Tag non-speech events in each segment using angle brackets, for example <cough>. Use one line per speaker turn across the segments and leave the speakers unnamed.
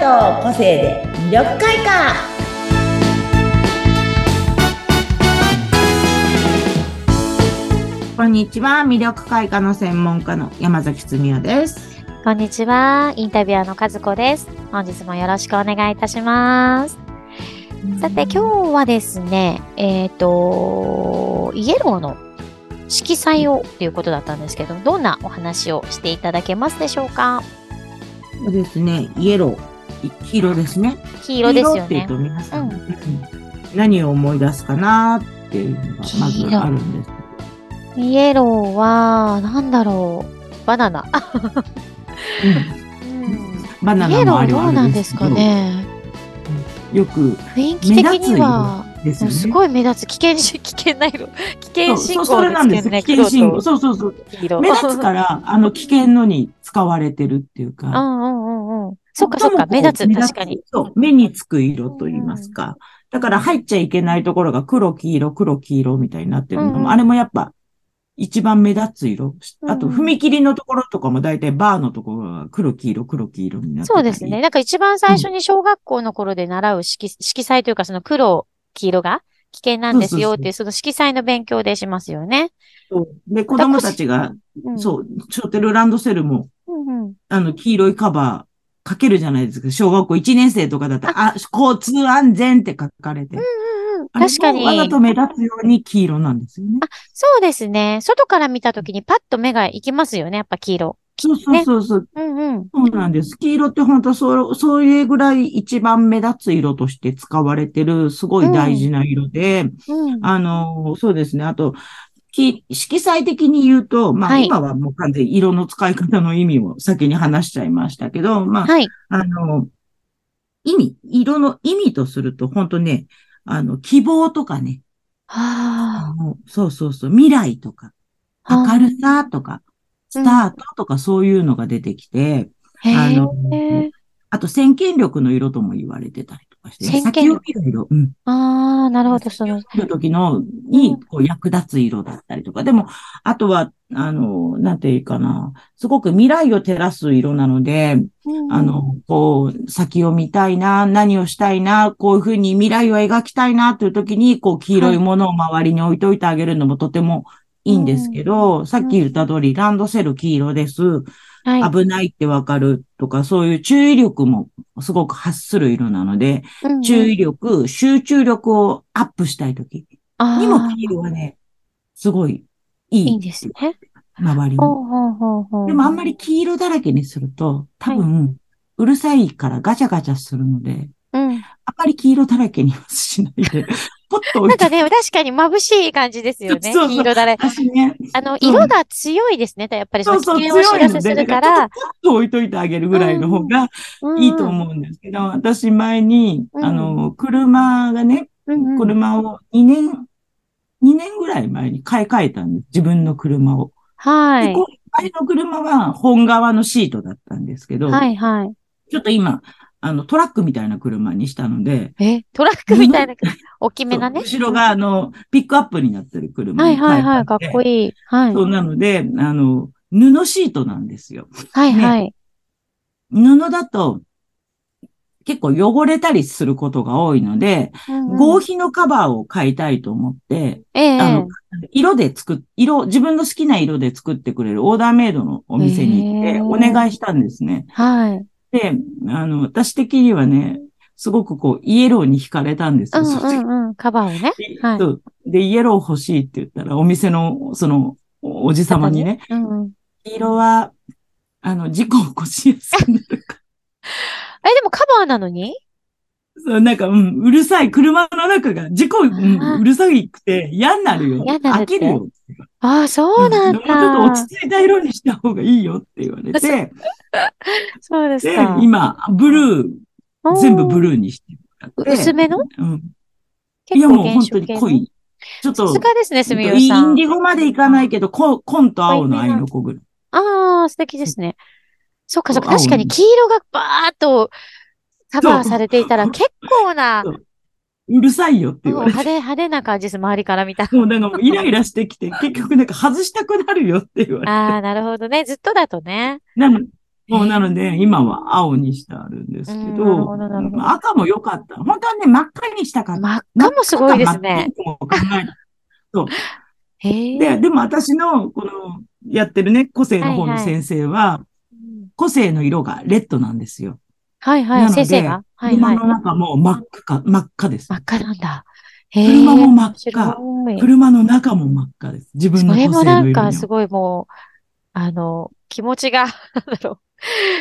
の個性で魅力開花こんにちは魅力開花の専門家の山崎つみおです
こんにちは。インタビュアーの和子です。本日もよろしくお願いいたします。さて、今日はですね、えっ、と、イエローの色彩をということだったんですけど、どんなお話をしていただけますでしょうか
日ですねイエローい黄色ですね
黄色ですよ
黄色って言う
ね
と。皆さん、うん何を思い出すかなっていうのがまずあるんです
イエローは、なんだろう、バナナ。あ
バナ
イ
ナ
エロ
もあ
ー
り
ど
は
う
あ
な
る
ん
んで
ですす
けど
かね。
よく
雰囲気的には、
ですよね
すごい目立つ危険し、危険な色。危険
そ
信
うそ
号
れ
で
なんです
すけどね、
危険信号
黒と
そうそうそう
黄色。
目立つから、あの、危険のに使われてるっていう
う
か。
んうんうんうん。そっかそ
最
っ
も
か、
こう
目立つ、確かに。
そう、目につく色と言いますか。だから入っちゃいけないところが黒黄色、黒黄色みたいになってるのも、
うんうん
あれもやっぱ、一番目立つ色。あと、
うんうん
踏切のところとかも大体バーのところが黒黄色、黒黄色になってたり
そうですね。。なんか一番最初に小学校の頃で習う色色彩というか、その黒、黄色が危険なんですよっていう、その色彩の勉強でしますよね。
そうで、子供たちが、
うん、
そう、ショテルランドセルも、
うんうん。
あの、黄色いカバーかけるじゃないですか。小学校1年生とかだったら、あ、交通安全って書かれて。
うんうん。
あれ
確か
もわざ
に
と。目立つように黄色なんですよね。
そうですね。外から見たときにパッと目が行きますよね、やっぱ黄色。
そうそうそうそう。
うんうん。
そうなんです。黄色って本当そう、そういうぐらい一番目立つ色として使われてる、すごい大事な色で、
うん。
あの、そうですね。あと、き色彩的に言うと、まあ、
はい
今はもう完全に色の使い方の意味を先に話しちゃいましたけど、まあ、
はい。
あの、意味、色の意味とすると、本当ね、あの、希望とかね、
は
あのそうそうそう、未来とか、
あ。
明るさとか、スタートとかそういうのが出てきて、
へ
あの
ー
あと先見力の色とも言われてたりとかして、
先見力
先を見る色。うん。
あー、なるほど、その、
見る時の、に、こう役立つ色だったりとか。でも、あとは、あの、なんていうかな、すごく未来を照らす色なので、
うん
あの、こう、先を見たいな、何をしたいな、こういうふうに未来を描きたいなという時に、こう、黄色いものを周りに置いといてあげるのもとてもいいんですけど、さっき言った通り、ランドセル黄色です。
はい。
危ないってわかるとか、そういう注意力もすごく発する色なので、
うんうん
注意力、集中力をアップしたい時に
あ
も
ー
黄色はね、すごいいい。
いいんですね。
周りに。
ほうほうほうほう。
でもあんまり黄色だらけにすると、多分、うるさいからガチャガチャするので、
うん。
あんまり黄色だらけにはし
<laughs>
ないで、ポッと置
ないんか
て。
ね、確かに眩しい感じですよね。
そうそう
黄色だれ。
私ね、
あの、
そう
色が強いですね。やっぱりそ
そ
の
う
危
そう、
険をお知
強い
ら
の
せす
で、だ
る
か
か
ら
ら
ち。ょっと置いといてあげるぐらいの方が
うん
いいと思うんですけど、私前に、
うん
あの、車がね、
うん。うんうん。
車を2年、2年ぐらい前に買い替えたんです。自分の車を。
は
で、
い。
こう前の車は本側のシートだったんですけど、
はいはい。
ちょっと今、あの、トラックみたいな車にしたので、
え、トラックみたいな、大きめなね。
そう後ろが、あの、ピックアップになってる車
は
に
いはいはい。かっこ
いい。
いい。はい。
そうなので、あの、布シートなんですよ。
はいはい。
布だと、結構汚れたりすることが多いので、
うんうん
合皮のカバーを買いたいと思って、
ええ。
あの、色で作っ、色、自分の好きな色で作ってくれるオーダーメイドのお店に行っ
へ
て、
ー
お願いしたんですね。
はい。
で、あの、私的にはね、すごくこう、イエローに惹かれたんです
う
よ。
ん
その時
うんうん。カバーをね。
で
はい
そうで、イエロー欲しいって言ったら、お店の、その、おおじさまにね、
うんうん。
黄色は、あの、事故を起こしやすくなるから。 <laughs>
え、でもカバーなのに
そう、なんか、うん、うるさい。車の中が、事故、うん、うるさいくて、嫌になるよ。
嫌にな
飽
るって
きるよ。
ああ、そうなん
うんでもちょっと
だ
落。ち着いた色にした方がいいよって言われて、
そうです
で
か、。
今、ブルー、全部ブルーにしてもらって。
薄めの
うん。い
結
や、
構
もう
原
本当
色
に
系の。
濃い。ちょっ
さ
と
す、がですね、すみよ
イ
さ
ン
ん
デ。ィゴまでいかないけど、こ紺と青の愛の子ぐらい。
ああ、素敵ですね。そっかそっか。
そう
確かに黄色がバーっとカバーされていたら
そう
結構な、
そううるさいよって
う
言
ん
われて。
派手、派手な感じです。周りから見た
<laughs>
ら。
もうなんかもうイライラして
<laughs>
きて、結局なんか外したくなるよって言われて。
ああ、なるほどね。ずっとだとね。
なのもうなので、今は青にしてあるんですけ
うんなる
ど、
ほどなるほど
まあ赤も良かった。本当はね、真っ赤にしたかった。
真っ赤もすごいですね。
真っ赤か真っピンクも考
へ
え
ー
てで、でも私の、この、やってるね、個性の方の先生は、
うん
個性の色がレッドなんですよ。
はいは、
ないので
先生が。はいは
車
い。
の中も真っ赤か、真っ赤です
真。っ赤なんだ。へー
車も真っ
白
赤。
い
車の中も真っ赤です。自分
そ
の個
れ
性
も
の
な
色
ん
には
かすごいもう、あの、気持ちが、 <laughs> なんだろ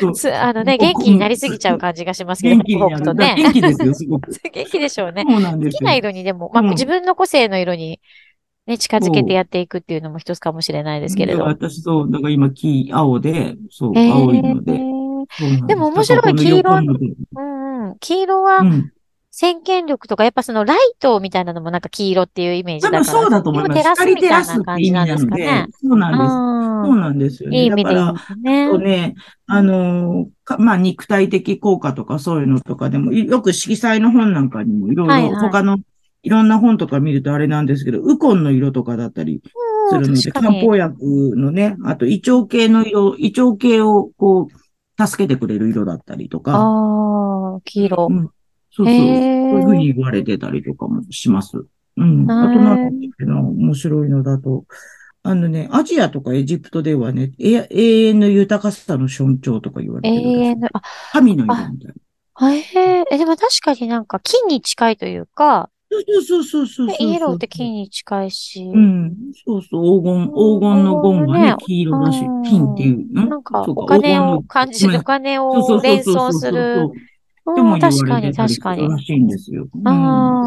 そう
う。すあのね、
ここ
元気になりすぎちゃう感じがしますけど、
元気に
北
な
北と
る。
ね。
元気ですよ、すごく。そ
<laughs> 元気でしょうね。
うなん
好
です
き
よ
な。色にでも、まあ、
うん
自分の個性の色に、ね、近づけてやっていくっていうのも一つかもしれないですけれ
で
ど。
私、そう、だから今、黄、青で、そう、
へー
青いので。そうなんす
でも面白
だ
い
からこの横の部分
うんうん。黄色は
うん。
先見力とか、やっぱそのライトみたいなのもなんか黄色っていうイメージ
多
だから。
分そうだと思います。
光を
光照
照
ら
らす
す
み
ったて
い
意味
な
な
感じ
の
なんで
で
すかね。、
そうなんです。そう
あ
なんですよ
ーいい
ね。
意味
だ
で
か
言
ら
う、とね。
そうね、あのーかまあ、肉体的効果とかそういうのとかでも、いよく色彩の本なんかにもいろい
はい
ろ、
はい
他のいろんな本とか見るとあれなんですけど、ウコンの色とかだったりするので、
うん確か
漢
に。
方薬のね、あと胃腸系の色、胃腸系をこう、助けてくれる色だったりとか、
ああ、黄色
う。んそうそう、そう
へー
いうふうに言われてたりとかもします。うん。あとなんだっけな、面白いのだと、あのね、アジアとかエジプトではね、え永遠の豊かさの象徴とか言われ
永
てるらしい
遠の、あ、
神の色みたいな。
あへええ、でも確かになんか金に近いというか、
そうそうそうそうそう
で
そう。
イエローって金に近いし、
うん。そうそう。黄金、黄金のゴンが
黄金のね
ね、黄色だし
うん、
金っていう。
なんか
そう
お金を感じ
黄金
る、
の
お金
そうそうそ
を
う
連
そうそう
想
そう
する。
で
う
も
ん、
言わ
確か
れ
に
てたり
確
す
か
る
に
ら。しいんですよ。うん。だ
あ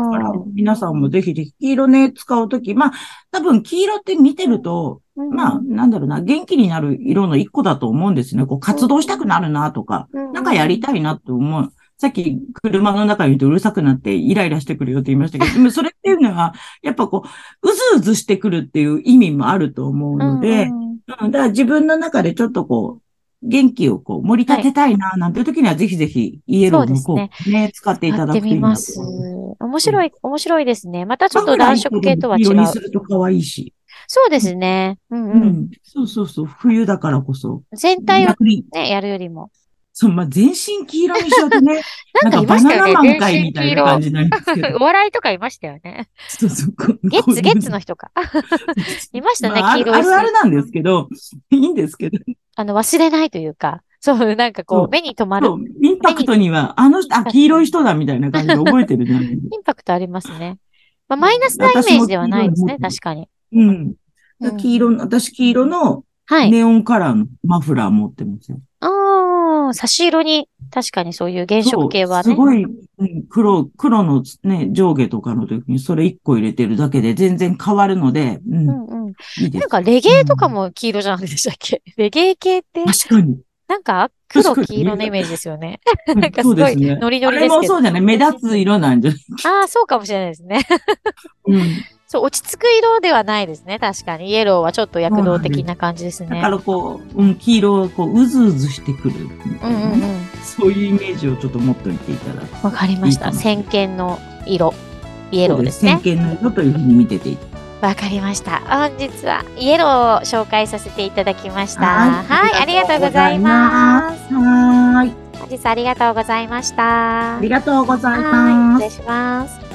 ー
から、皆さんもぜひぜひ、黄色ね、使うとき、まあ、多分黄色って見てると、
うん
まあ、なんだろうな、元気になる色の一個だと思うんですね。こう、活動したくなるなとか、
うん
なんかやりたいなと思う。さっき車の中にいるとうるさくなってイライラしてくるよって言いました
<laughs>
けど、でもそれっていうのは、やっぱこう、うずうずしてくるっていう意味もあると思うので、
うん
うんだから自分の中でちょっとこう、元気をこう、盛り立てたいな、なんていう時には、ぜひぜひ、イエローの
そ
効
うで
果ね、使ってい
や
た
っ
だ
て
くとい
み
いな
ま
と
す。
思います。
面白い、面白いですね。またち
ち
ょっと暖色系とは違
色にす
う。
ると可愛いし。
そうですね。うん
う
うん。
ん。そうそうそう。冬だからこそ。
全体を
逆に、
ね、やるよりも。
そう、まあ、全身黄色にしちゃうと
<laughs>
ね、なんか
いま
バ
した
ナ
よ
ナ
ね
マン会みたいな感じになりますけど。
お <laughs> 笑いとかいましたよね。
そう <laughs> そう。こう
ゲッツ、ゲッツ。
こ
の人か。
ういう
いましたね、
まあ、あ
黄
る
色
あ
いし
るあるなんですけど、いいんですけど、
あの、忘れないというか、そう、なんかこ、
そうう
目に留まる
そ。う、インパクトには、あの人、あ、黄色い人だみたいな感じで覚えてるじゃない
インパクトありますね。まあ、マイナスなイメージではないですね、
私も
確かに。
うん。
うん
黄色の、私黄色の
はい。
ネオンカラーのマフラー持ってますよ。
ああ、差し色に、確かにそういう原
そう
色系はね。
すごい、うん黒、黒のね、上下とかの時にそれ一個入れてるだけで全然変わるので、うん、
うんうん。
いいで
な
す
ん。かレゲエとかも黄色じゃなくでしたっけ、レゲエ系って、
確かに。
なんか黒
確かに
黄色のイメージですよね。
うん
なんかす
そう
ごい
ですね。
ノリノ
あ
リ
れ
です
も
けど。
そうじゃない目立つ色なんじゃない
ああ、そうかもしれないですね。
うん。
そう、落ち着く色ではないですね。確かに。イエローはちょっと躍動的な感じです
だ
ね
か。らこう、うん、黄色はこう、うずうずしてくるみ
う
たいな
ん
ね
うんうん。
そういうイメージをちょっと持っておいていただく。
わかりまし
い
た。
いかも
先見の色。イエローですね。
先見の色というふうに見てていただ
わかりました。本日はイエローを紹介させていただきました。
はい
はい、あ
あ
り
り
が
がと
とう
う
ご
ご
ざ
ざ
い
い
ま。
ますす。はーい。
本日はありがとうございました。
ありがとうござい
は
ま
い、
す。
失礼します。